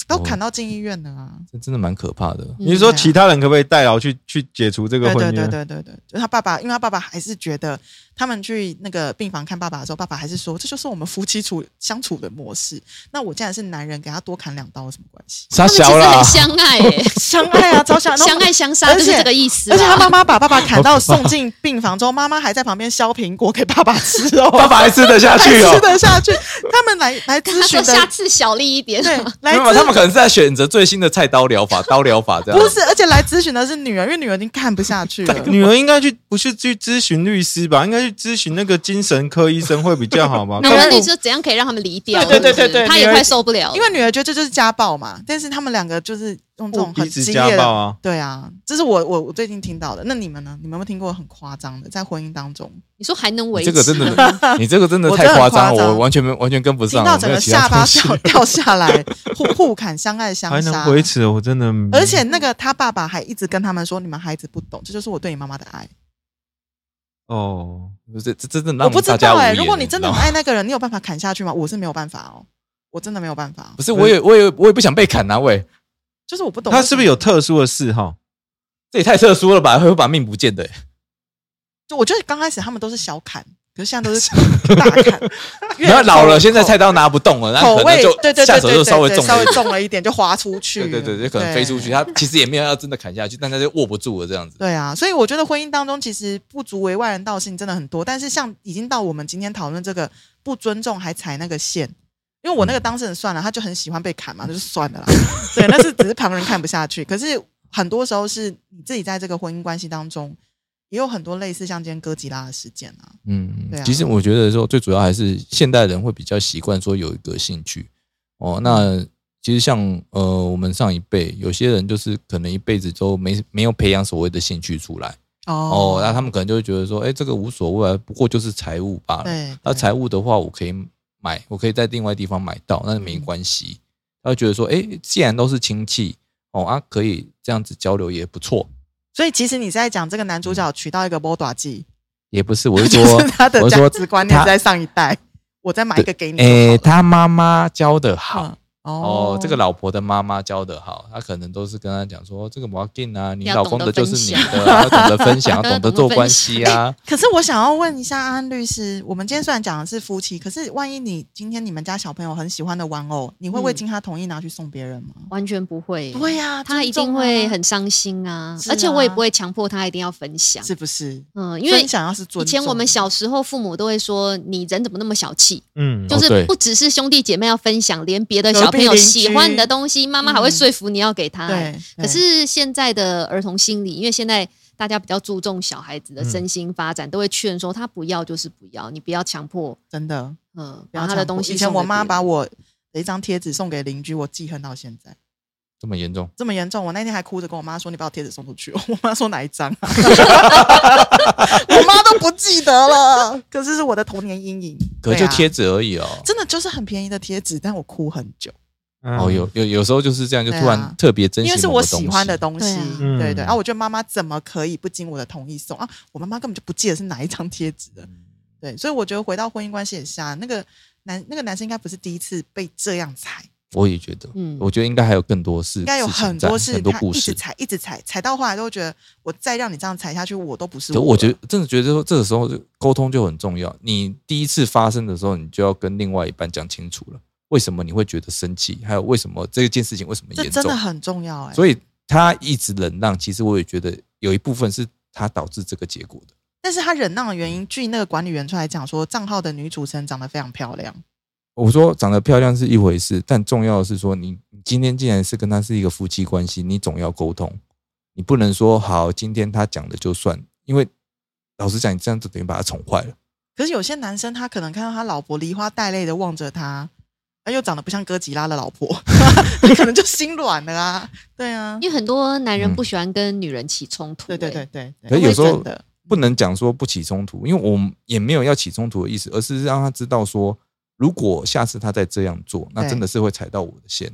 Speaker 2: 都砍到进医院了啊！
Speaker 1: 这真的蛮可怕的。
Speaker 3: 你是说其他人可不可以代劳去去解除这个
Speaker 2: 对
Speaker 3: 婚
Speaker 2: 对
Speaker 3: 约？
Speaker 2: 对对对对，就他爸爸，因为他爸爸还是觉得他们去那个病房看爸爸的时候，爸爸还是说这就是我们夫妻处相处的模式。那我既然是男人，给他多砍两刀有什么关
Speaker 1: (laughs)
Speaker 2: 系？
Speaker 1: 傻
Speaker 4: 他们其实
Speaker 1: 小啦
Speaker 4: 很，相爱耶，
Speaker 2: 相爱啊，超相 (laughs)
Speaker 4: (laughs)
Speaker 2: 爱，然后
Speaker 4: 相爱相杀就是这个意思啦。
Speaker 2: 而且他妈妈把爸爸砍到送进病房之后，妈妈还在旁边削苹果给爸爸吃哦，
Speaker 1: (laughs) 爸爸还吃得下
Speaker 2: 还
Speaker 1: 去
Speaker 2: 吃
Speaker 1: 哦。
Speaker 2: 得下去。他们来来
Speaker 4: 他
Speaker 2: 咨询
Speaker 4: 说下
Speaker 2: 的，
Speaker 4: 次小力一点，哦
Speaker 2: 对，
Speaker 4: (laughs)
Speaker 1: 没
Speaker 2: 来
Speaker 1: 有，他们
Speaker 2: 咨
Speaker 1: 可能是在选择最新的菜刀疗法、刀疗法这样。
Speaker 2: 不是，而且来咨询的是女儿，因为女儿已经看不下
Speaker 1: (laughs)
Speaker 2: 去了。
Speaker 3: 女儿应该去不是去咨询律师吧？应该去咨询那个精神科医生会比较
Speaker 1: (laughs)
Speaker 3: 好吧？
Speaker 4: 女儿
Speaker 3: 看
Speaker 4: 你是怎样可以让他们离掉？
Speaker 2: 对对对
Speaker 4: 是不是
Speaker 2: 对对
Speaker 4: 他也快受不了了，
Speaker 2: 因为女儿觉得这就是家暴嘛，但是他们两个就是用这种
Speaker 3: 彼
Speaker 2: 很
Speaker 3: 此
Speaker 2: 激
Speaker 3: 家
Speaker 2: 烈
Speaker 3: 暴
Speaker 2: 的，
Speaker 3: 啊！
Speaker 2: 对啊，这是我我我最近听到的。那你们呢？你们有没有听过很夸张的在婚姻当中，
Speaker 4: 你说还能维
Speaker 1: 你
Speaker 4: 持
Speaker 1: 这个真的
Speaker 4: 吗？
Speaker 1: 你这个真的
Speaker 2: 我
Speaker 1: 太
Speaker 2: 真的很
Speaker 1: 夸张了，
Speaker 2: 夸张
Speaker 1: 我完全没完全跟不
Speaker 2: 听
Speaker 1: 上。
Speaker 2: 到
Speaker 1: 我
Speaker 2: 整
Speaker 1: 没有
Speaker 2: 个
Speaker 1: 其他
Speaker 2: 下巴
Speaker 1: 东
Speaker 2: (laughs)
Speaker 1: 西
Speaker 2: 掉掉下来，互互砍，相爱相
Speaker 3: 还
Speaker 2: 杀，
Speaker 3: 能维持，我真的。
Speaker 2: 而且那个他爸爸还一直跟他们说：“你们孩子不懂，这就是我对你妈妈的爱。
Speaker 3: 哦，
Speaker 1: 这这这真的
Speaker 2: 我
Speaker 1: 让
Speaker 2: 不知
Speaker 1: 大家
Speaker 2: 道
Speaker 1: 无
Speaker 2: 哎、
Speaker 1: 言
Speaker 2: 如果你真的
Speaker 1: 知道
Speaker 2: (laughs) 很
Speaker 1: 吗
Speaker 2: 爱那个人，你有办法砍下去吗？我是没有办法哦，我真的没有办法哦、
Speaker 1: 不是，我也我也我也不想被砍啊，喂，
Speaker 2: 就是我不懂
Speaker 3: 他是不是
Speaker 2: 有？
Speaker 3: 有特殊的嗜好？
Speaker 1: 这也太特殊了吧，会把命不见的、欸。
Speaker 2: 就我觉得刚开始他们都是小砍，可是现在
Speaker 1: (laughs)
Speaker 2: 都是大砍。越
Speaker 1: 然后老了，
Speaker 2: 口
Speaker 1: 现在菜刀拿不动了，那
Speaker 2: 口
Speaker 1: 可能
Speaker 2: 味
Speaker 1: 就
Speaker 2: 对对对
Speaker 1: 下
Speaker 2: 对
Speaker 1: 手就
Speaker 2: 对对，
Speaker 1: 稍微重
Speaker 2: 稍
Speaker 1: 了
Speaker 2: 微
Speaker 1: 一点，
Speaker 2: 重了一点就划出去
Speaker 1: (laughs)
Speaker 2: 了，
Speaker 1: 对对对，就可能飞出去。
Speaker 2: 对
Speaker 1: 他其实也没有要真的砍下去，但他就握不住了这样子。
Speaker 2: 对啊，所以我觉得婚姻当中其实不足为外人道的事情真的很多，但是像已经到我们今天讨论这个不尊重还踩那个线，因为我
Speaker 1: 嗯
Speaker 2: 那个当事人算了，他就很喜欢被砍嘛，那就
Speaker 1: (laughs)
Speaker 2: 算了啦。对，那是只是旁人看不下去，可是很多时候是你自己在这个婚姻关系当中也有很多类似像今天哥吉拉的事件啊，
Speaker 1: 嗯
Speaker 2: 对，啊
Speaker 1: 其实我觉得说最主要还是现代人会比较习惯说有一个兴趣哦。那
Speaker 2: 嗯
Speaker 1: 其实像呃我们上一辈，有些人就是可能一辈子都没没有培养所谓的兴趣出来哦，那他们可能就会觉得说，哎，这个无所谓啊，不过就是财务罢了。
Speaker 2: 对，
Speaker 1: 那
Speaker 2: 对
Speaker 1: 财务的话，我可以买，我可以在另外地方买到，
Speaker 2: 嗯
Speaker 1: 那没关系。他会觉得说，哎，既然都是亲戚哦啊，可以这样子交流也不错。
Speaker 2: 所以其实你在讲这个男主角娶到一个波短记，
Speaker 1: 也不嗯是，我是
Speaker 2: (laughs) 就
Speaker 1: 说
Speaker 2: 是，他的
Speaker 1: 我是
Speaker 2: 价
Speaker 1: 说哎
Speaker 2: 值观念
Speaker 1: 他
Speaker 2: 是在上一代，我再买一个给你就好了，
Speaker 1: 诶，他妈妈教的好，
Speaker 2: 嗯
Speaker 1: 哦，这个老婆的妈妈教的好，她可能都是跟她讲说，这个我要进啊，你老公的就是你的啊，要懂得分
Speaker 2: (laughs)
Speaker 1: 享，要懂得做关系啊。
Speaker 2: 可是我想要问一下安律师，我们今天虽然讲的是夫妻，可是万一你今天你们家小朋友很喜欢的玩偶，你会未经他同意拿去送别人吗？
Speaker 4: 完全不会。
Speaker 2: 对呀、
Speaker 4: 他一
Speaker 2: 尊
Speaker 4: 定
Speaker 2: 重啊
Speaker 4: 会很伤心啊，
Speaker 2: 是啊
Speaker 4: 而且我也不会强迫他一定要分享。
Speaker 2: 是不是？
Speaker 4: 嗯，因为
Speaker 2: 分享要是尊
Speaker 4: 以前我们
Speaker 2: 重
Speaker 4: 小时候父母都会说，你人怎么那么小气？
Speaker 3: 嗯，
Speaker 4: 就
Speaker 1: 哦对
Speaker 4: 是不只是兄弟姐妹要分享，连别的
Speaker 2: 隔壁
Speaker 4: 小朋友
Speaker 2: 邻居嗯
Speaker 4: 喜欢你的东西，妈妈还会说服你要给他。
Speaker 2: 对，
Speaker 4: 可是现在的儿童心理，因为现在大家比较注重小孩子的
Speaker 1: 嗯
Speaker 4: 身心发展，都会劝说他不要就是不要，你不要强迫，
Speaker 2: 真的，
Speaker 4: 嗯，
Speaker 2: 不要
Speaker 4: 把他的
Speaker 2: 强迫
Speaker 4: 东西
Speaker 2: 以
Speaker 4: 送给
Speaker 2: 前
Speaker 4: 别人。
Speaker 2: 我妈把我的一张贴纸送给邻居，我记恨到现在。
Speaker 1: 这么严重？
Speaker 2: 这么严重，我那天还哭着跟我妈说：“你把我贴纸送出去。” (laughs) 我妈说：“哪一张
Speaker 4: (laughs)
Speaker 2: 啊？”我妈都不记得了。可是是我的童年阴影。
Speaker 1: 可
Speaker 2: 对
Speaker 1: 就
Speaker 2: 啊
Speaker 1: 贴纸而已哦。
Speaker 2: 真的就是很便宜的贴纸，但我哭很久，
Speaker 3: 嗯
Speaker 1: 哦，有有有时候就是这样，就突然特别珍惜，
Speaker 2: 啊因为是我喜欢的
Speaker 1: 东
Speaker 2: 东西。
Speaker 4: 对啊
Speaker 3: 嗯
Speaker 2: 对对，啊，我觉得妈妈怎么可以不经我的同意送啊？我妈妈根本就不记得是哪一张贴纸
Speaker 1: 嗯
Speaker 2: 的。对，所以我觉得回到婚姻关系也是啊，那个男那个男生应该不是第一次被这样踩，
Speaker 1: 西。我也觉得，
Speaker 4: 嗯
Speaker 1: 我觉得应该还有更多事，
Speaker 2: 应该有
Speaker 1: 事情
Speaker 2: 很
Speaker 1: 在
Speaker 2: 多事
Speaker 1: 很多
Speaker 2: 他
Speaker 1: 故
Speaker 2: 一直
Speaker 1: 事。
Speaker 2: 踩一直踩，踩到后来都觉得我再让你这样踩下去，我都不是
Speaker 1: 可
Speaker 2: 我了。
Speaker 1: 我觉得真的觉得说，这个时候就沟通就很重要。你第一次发生的时候，你就要跟另外一半讲清楚了，为什么你会觉得生气，还有为什么这件事情为什么
Speaker 2: 这
Speaker 1: 严
Speaker 2: 真
Speaker 1: 重
Speaker 2: 的。很重要哎、
Speaker 1: 所以他一直忍让，其实我也觉得有一部分是他导致这个结果的。
Speaker 2: 但是他忍让的原因，据那个管理员出来讲说，账号的女主持人长得非常漂亮，
Speaker 1: 我说长得漂亮是一回事，但重要的是说你，你今天既然是跟他是一个夫妻关系，你总要沟通，你不能说好今天他讲的就算，因为老实讲，你这样就等于把他宠坏了。
Speaker 2: 可是有些男生他可能看到他老婆梨花带泪的望着他，而又长得不像哥吉拉的老婆， (laughs) 他可能就心软了啊。对啊，
Speaker 4: 因为很多男人
Speaker 1: 嗯
Speaker 4: 不喜欢跟女人起冲突、
Speaker 2: 对对对
Speaker 4: 欸，
Speaker 2: 对对。
Speaker 1: 可是有时候
Speaker 2: 真的
Speaker 1: 不能讲说不起冲突，因为我们也没有要起冲突的意思，而是让他知道说，如果下次他再这样做，那
Speaker 2: 对
Speaker 1: 真的是会踩到我的线。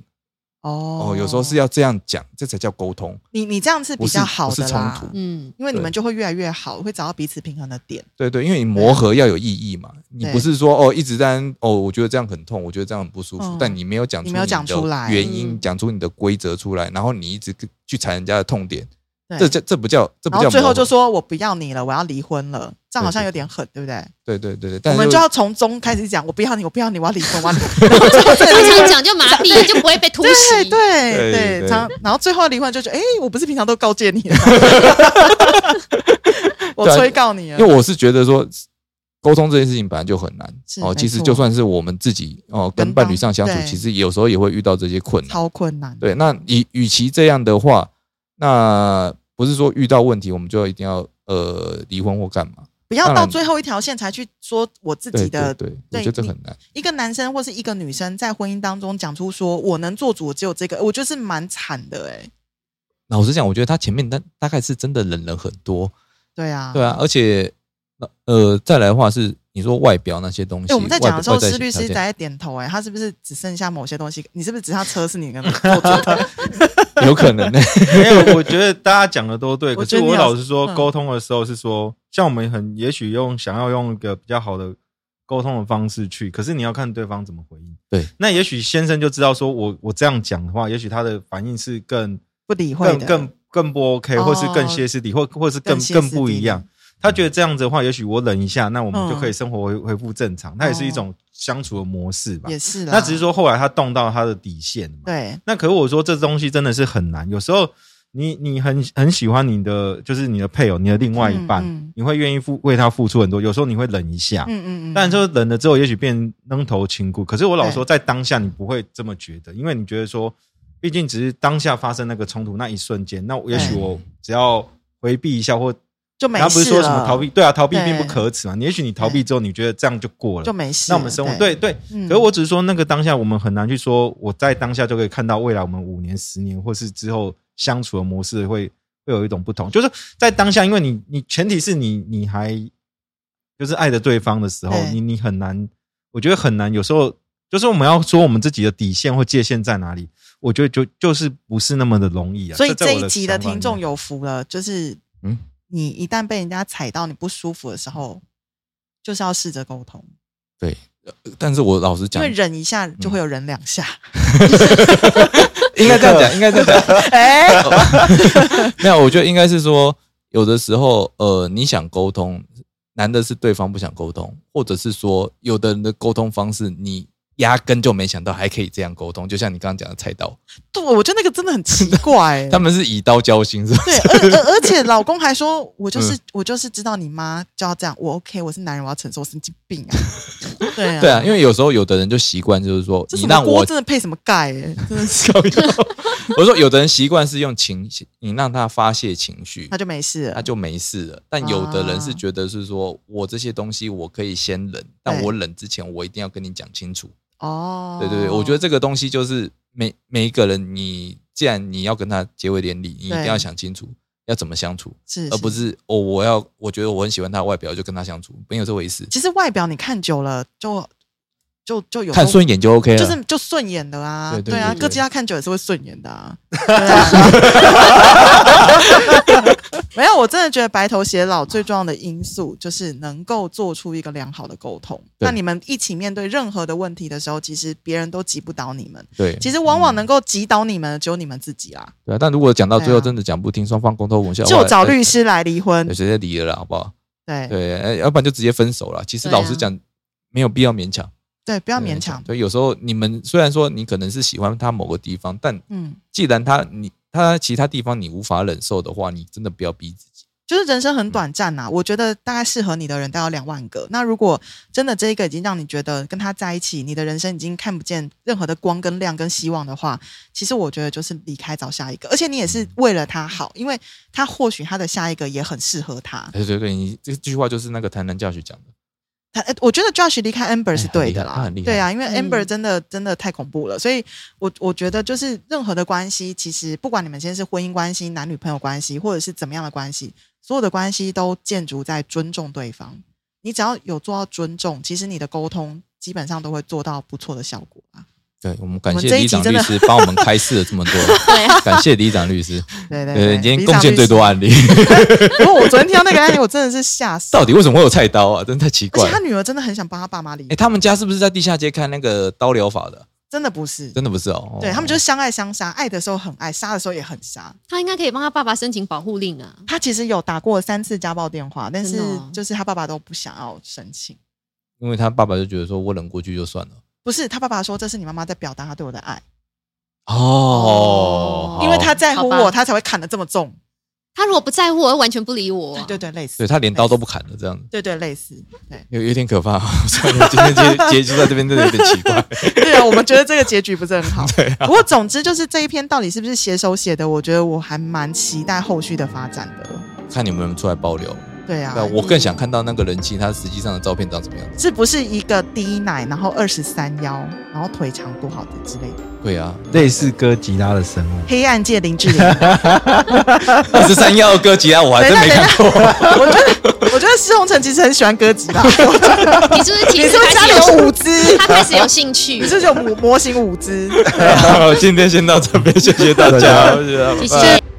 Speaker 2: 哦
Speaker 1: 哦，有时候是要这样讲，这才叫沟通。
Speaker 2: 你你这样是比较好
Speaker 1: 不
Speaker 2: 的
Speaker 1: 是
Speaker 2: 啦，
Speaker 1: 不是冲突
Speaker 4: 嗯，
Speaker 2: 因为你们就会越来越好，会找到彼此平衡的点。
Speaker 1: 对对，因为你磨合要有意义嘛，你
Speaker 2: 对
Speaker 1: 不是说哦一直在那边哦，我觉得这样很痛，我觉得这样很不舒服，
Speaker 2: 嗯
Speaker 1: 但你没有讲出
Speaker 2: 你没有讲出来
Speaker 1: 你的原因，
Speaker 4: 嗯
Speaker 1: 讲出你的规则出来，然后你一直去踩人家的痛点，
Speaker 2: 对，
Speaker 1: 这叫这不叫这不
Speaker 2: 然
Speaker 1: 叫
Speaker 2: 后最
Speaker 1: 磨
Speaker 2: 后
Speaker 1: 合
Speaker 2: 就说我不要你了，我要离婚了，这样好像有点狠，对不对？
Speaker 1: 对对对对，
Speaker 2: 我
Speaker 1: 但
Speaker 2: 们
Speaker 1: 是
Speaker 2: 就要从中开始讲，我不要你，我不要你，我要离婚，我要
Speaker 1: (laughs)
Speaker 2: 离婚。然后最后这 (laughs)
Speaker 4: 常
Speaker 2: 个
Speaker 4: 常讲就麻痹，就不会被突
Speaker 2: 对对
Speaker 4: 袭。
Speaker 1: 对
Speaker 2: 对，
Speaker 1: 对
Speaker 2: 常然后最后离婚就觉得，哎，我不是平常都告诫你 (laughs) 了，我
Speaker 1: 对啊
Speaker 2: 催告你
Speaker 1: 因
Speaker 2: 了，
Speaker 1: 为我是觉得说，沟通这件事情本来就很难
Speaker 2: 是
Speaker 1: 哦。
Speaker 2: 没
Speaker 1: 其实
Speaker 2: 错
Speaker 1: 就算是我们自己哦跟
Speaker 2: 跟
Speaker 1: 伴侣上
Speaker 2: 当
Speaker 1: 相处，
Speaker 2: 对
Speaker 1: 其实有时候也会遇到这些困难。
Speaker 2: 超困难。
Speaker 1: 对，那与与其这样的话，那不是说遇到问题我们就一定要呃离婚或干嘛？
Speaker 2: 不要
Speaker 1: 当
Speaker 2: 到
Speaker 1: 然
Speaker 2: 最后一条线才去说我自
Speaker 1: 对
Speaker 2: 己
Speaker 1: 对
Speaker 2: 的。
Speaker 1: 对，我
Speaker 2: 对
Speaker 1: 觉得这
Speaker 2: 你
Speaker 1: 很难。
Speaker 2: 一个男生或是一个女生在婚姻当中讲出说我能做主，只有这个，我觉得是蛮惨的哎。
Speaker 1: 老实讲，我觉得他前面大大概是真的忍了很多，
Speaker 2: 对啊，
Speaker 1: 对啊，而且呃再来的话是你说外表那些东西，
Speaker 2: 哎，我们在
Speaker 1: 外
Speaker 2: 讲的时候，
Speaker 1: 外在
Speaker 2: 施律师
Speaker 1: 条件
Speaker 2: 在点头，哎，他是不是只剩下某些东西？你是不是只剩下车是你跟他做主的？
Speaker 1: 有可
Speaker 2: (laughs)
Speaker 1: 能呢，
Speaker 3: (laughs) 没有，我觉得大家讲的都对，
Speaker 2: 我
Speaker 3: 可
Speaker 2: 觉
Speaker 3: 是
Speaker 2: 得你
Speaker 3: 我
Speaker 2: 老
Speaker 3: 老实说
Speaker 2: 嗯，
Speaker 3: 沟通的时候是说，像我们很也许用想要用一个比较好的沟通的方式去，可是你要看对方怎么回应。
Speaker 1: 对，
Speaker 3: 那也许先生就知道说我我这样讲的话，也许他的反应是更
Speaker 2: 不理会
Speaker 3: 更
Speaker 2: 的，
Speaker 3: 更更不 OK，
Speaker 2: 哦
Speaker 3: 或是更歇斯底，或或是更
Speaker 2: 更歇斯
Speaker 3: 更
Speaker 2: 底嗯
Speaker 3: 不一样。他觉得这样子的话，也许我忍一下，那我们就可以生活恢恢复正常。那也是一种相处的模式吧
Speaker 2: 哦也。是啦。
Speaker 3: 那只是说后来他动到他的底线嘛。
Speaker 2: 对，
Speaker 3: 那可是我说这东西真的是很难，有时候你你很很喜欢你的就是你的配偶，你的另外一半，
Speaker 2: 嗯嗯
Speaker 3: 你会愿意付为他付出很多，有时候你会忍一下。
Speaker 2: 嗯嗯嗯，
Speaker 3: 但就忍了之后，也许变扔头轻骨。可是我老说，在当下你不会这么觉得，因为你觉得说，毕竟只是当下发生那个冲突那一瞬间，那也许
Speaker 1: 对
Speaker 3: 我只要回避一下，或
Speaker 2: 就没事
Speaker 3: 他
Speaker 2: 了。
Speaker 3: 不是说什么逃避，对啊，逃避
Speaker 2: 对
Speaker 3: 并不可耻嘛。你也许你逃避之后，你觉得这样就过
Speaker 2: 就
Speaker 3: 了，
Speaker 2: 没事了。
Speaker 3: 那我们生活对对，
Speaker 2: 嗯
Speaker 3: 可是我只是说，那个当下我们很难去说，我在当下就可以看到未来我们五年、十年，或是之后相处的模式会会有一种不同。就是在当下，因为你你前提是你你还就是爱着对方的时候，
Speaker 2: 对
Speaker 3: 你你很难，我觉得很难。有时候就是我们要说我们自己的底线或界限在哪里，我觉得就就是不是那么的容易啊。
Speaker 2: 所以
Speaker 3: 在
Speaker 2: 这
Speaker 3: 我
Speaker 2: 一集的
Speaker 3: 想法里
Speaker 2: 听众
Speaker 3: 面
Speaker 2: 有福了，就是
Speaker 1: 嗯
Speaker 2: 你一旦被人家踩到你不舒服的时候，就是要试着沟通。
Speaker 1: 对，呃但是我老实
Speaker 2: 因
Speaker 1: 讲
Speaker 2: 为，忍一下就会有忍两下。
Speaker 1: 应该这样
Speaker 2: (laughs)
Speaker 1: 讲，应该这样讲，
Speaker 2: 哎、
Speaker 1: 哦没有，我觉得应该是说，有的时候，呃，你想沟通，难的是对方不想沟通，或者是说，有的人的沟通方式，你压根就没想到还可以这样沟通。就像你刚刚讲的菜刀，
Speaker 2: 对，我觉得那个真的很奇怪、哎
Speaker 1: 他们是以刀交心，是吧？
Speaker 2: 对，而
Speaker 1: (laughs)
Speaker 2: 而而且老公还说，我
Speaker 1: 嗯
Speaker 2: 就是、我就是知道你妈就要这样，我 OK，我是男人，我要承受神经病
Speaker 3: (laughs)
Speaker 2: 啊。对啊，
Speaker 1: 对啊，因为有时候有的人就习惯，就是说，
Speaker 2: 这
Speaker 1: 你
Speaker 2: 什么
Speaker 1: 让
Speaker 2: 锅
Speaker 1: 我，
Speaker 2: 真的配什么盖、哎，真的是，
Speaker 1: (laughs) 我说有的人习惯是用情绪，你让他发泄情绪
Speaker 2: 他，就没事
Speaker 1: 他
Speaker 2: 了。
Speaker 1: 就没事了。但有的人是觉得是说我这些东西我可以先忍，但
Speaker 2: 对
Speaker 1: 我忍之前我一定要跟你讲清楚。
Speaker 2: 哦，
Speaker 1: 对对对，我觉得这个东西就是每每一个人，你既然你要跟他结为连理，你一定
Speaker 2: 对
Speaker 1: 要想清楚要怎么相处，
Speaker 2: 是，
Speaker 1: 而不
Speaker 2: 是。
Speaker 1: 是哦，我要我觉得我很喜欢他的外表，就跟他相处，没有这回事。
Speaker 2: 其实外表你看久了，就就就有
Speaker 1: 看顺眼就 OK 了，
Speaker 2: 就是就顺眼的啊，
Speaker 1: 对对对
Speaker 2: 啊，
Speaker 1: 对
Speaker 2: 各家看久也是会顺眼
Speaker 1: (laughs)
Speaker 2: 的啊。对啊 (laughs) 没有，我真的觉得白头偕老最重要的因素就是能够做出一个良好的沟通。
Speaker 1: 对
Speaker 2: 那你们一起面对任何的问题的时候，其实别人都击不倒你们，
Speaker 1: 对
Speaker 2: 其实往往能够击倒你们的只有你们自己啦。
Speaker 1: 对啊。但如果讲到最
Speaker 2: 对
Speaker 1: 后
Speaker 2: 啊
Speaker 1: 真的讲不听，双方公投无效，
Speaker 2: 就找
Speaker 1: 哇哎
Speaker 2: 律，师来离婚
Speaker 1: 对，直接离了啦，好不好？
Speaker 2: 对
Speaker 1: 对，呃要不然就直接分手了。其实
Speaker 4: 对啊
Speaker 1: 老实讲，没有必要勉强，
Speaker 2: 对，不要
Speaker 1: 没有
Speaker 2: 勉强。
Speaker 1: 对，有时候你们虽然说你可能是喜欢他某个地方，但
Speaker 2: 嗯，
Speaker 1: 既然他你他其他地方你无法忍受的话，你真的不要逼自己。
Speaker 2: 就是人生很短暂呐、我觉得大概适合你的人大概有两万个。那如果真的这一个已经让你觉得跟他在一起，你的人生已经看不见任何的光跟亮跟希望的话，其实我觉得就是离开找下一个，而且你也是为了他好，因为他或许他的下一个也很适合他。
Speaker 1: 对对对，你这句话就是那个台南教学讲的。
Speaker 2: 他，呃我觉得 Josh 离开 Amber 是对的
Speaker 1: 哎他
Speaker 2: 啦
Speaker 1: 很厉，害
Speaker 2: 对啊，因为
Speaker 4: 嗯
Speaker 2: Amber 真的、真的太恐怖了，所以我我觉得就是任何的关系，其实不管你们现在是婚姻关系、男女朋友关系，或者是怎么样的关系，所有的关系都建筑在尊重对方。你只要有做到尊重，其实你的沟通基本上都会做到不错的效果啊。
Speaker 1: 对我们感
Speaker 2: 我们
Speaker 1: 谢
Speaker 2: 这一
Speaker 1: 李
Speaker 2: 集
Speaker 1: 长
Speaker 2: 真
Speaker 1: 律
Speaker 2: 的
Speaker 1: 师
Speaker 2: (laughs)
Speaker 1: 帮我们开示了这么多，
Speaker 4: 对啊，
Speaker 1: 感谢李长律师，
Speaker 2: 对对
Speaker 1: 对，
Speaker 2: 对，
Speaker 1: 你今天
Speaker 2: 李
Speaker 1: 贡
Speaker 2: 长
Speaker 1: 献
Speaker 2: 律
Speaker 1: 最
Speaker 2: 师
Speaker 1: 多。案例。
Speaker 2: (laughs)
Speaker 1: (laughs)
Speaker 2: 不过我昨天听到那个案例，我真的是吓死。
Speaker 1: 到底为什么会有菜刀啊？真的太奇
Speaker 2: 而
Speaker 1: 怪
Speaker 2: 且他
Speaker 1: 了。
Speaker 2: 女儿真的很想帮他爸妈离
Speaker 1: 哎，，他们家是不是在地下街看那个刀疗法的？
Speaker 2: 真的不是。
Speaker 1: 真的不是哦，
Speaker 2: 对他们就是相爱相杀，爱的时候很爱，杀的时候也很杀。
Speaker 4: 他应该可以帮他爸爸申请保护令啊。
Speaker 2: 他其实有打过三次家暴电话，但
Speaker 4: 真
Speaker 2: 是
Speaker 4: 的哦
Speaker 2: 就是他爸爸都不想要申请。
Speaker 1: 因为他爸爸就觉得说我忍过去就算了。
Speaker 2: 不是他爸爸说，这是你妈妈在表达她对我的爱，
Speaker 1: 哦，
Speaker 2: 因为他在乎
Speaker 4: 好
Speaker 2: 我，
Speaker 4: 吧
Speaker 2: 他才会砍的这么重。
Speaker 4: 他如果不在乎我，会完全不理我
Speaker 2: 对
Speaker 4: 啊。
Speaker 2: 对对，类似，
Speaker 1: 对他连刀都不砍了，这样子
Speaker 2: 对对类似，对
Speaker 1: 有有点可怕。 (laughs) 所以我今天结结束在这边真的有点奇
Speaker 2: (laughs)
Speaker 1: 怪。
Speaker 2: 对啊，我们觉得这个结局不是很
Speaker 1: (laughs)
Speaker 2: 好。对、
Speaker 1: 啊
Speaker 2: 不过总之就是这一篇到底是不是携手写的，我觉得我还蛮期待后续的发展的。
Speaker 1: 看你们有没有出来爆料。
Speaker 2: 对啊，
Speaker 1: 那我更想看到那个人妻她实际上的照片长怎么样子。
Speaker 2: 是不是一个低奶，然后二十三腰，然后腿长多好的之类的？
Speaker 1: 对啊，
Speaker 3: 类似哥吉拉的生物。
Speaker 2: 黑暗界林志玲。
Speaker 1: (laughs) 二十三幺哥吉拉啊我还真没看过。
Speaker 2: (laughs) 我觉得，我觉得施宏成其实很喜欢哥吉拉，
Speaker 4: 你是不是其
Speaker 2: 你
Speaker 4: 实
Speaker 2: 是不
Speaker 4: 开
Speaker 2: 是家
Speaker 4: 始
Speaker 2: 里
Speaker 4: 有兴
Speaker 2: 有五只？
Speaker 4: 他开始有兴趣
Speaker 2: (laughs) 你？是不是有模模型五只？
Speaker 1: (laughs) 好，今天先到这边，谢谢大家
Speaker 3: 大家，
Speaker 1: 谢谢大家
Speaker 4: 谢
Speaker 1: 拜拜
Speaker 4: 谢。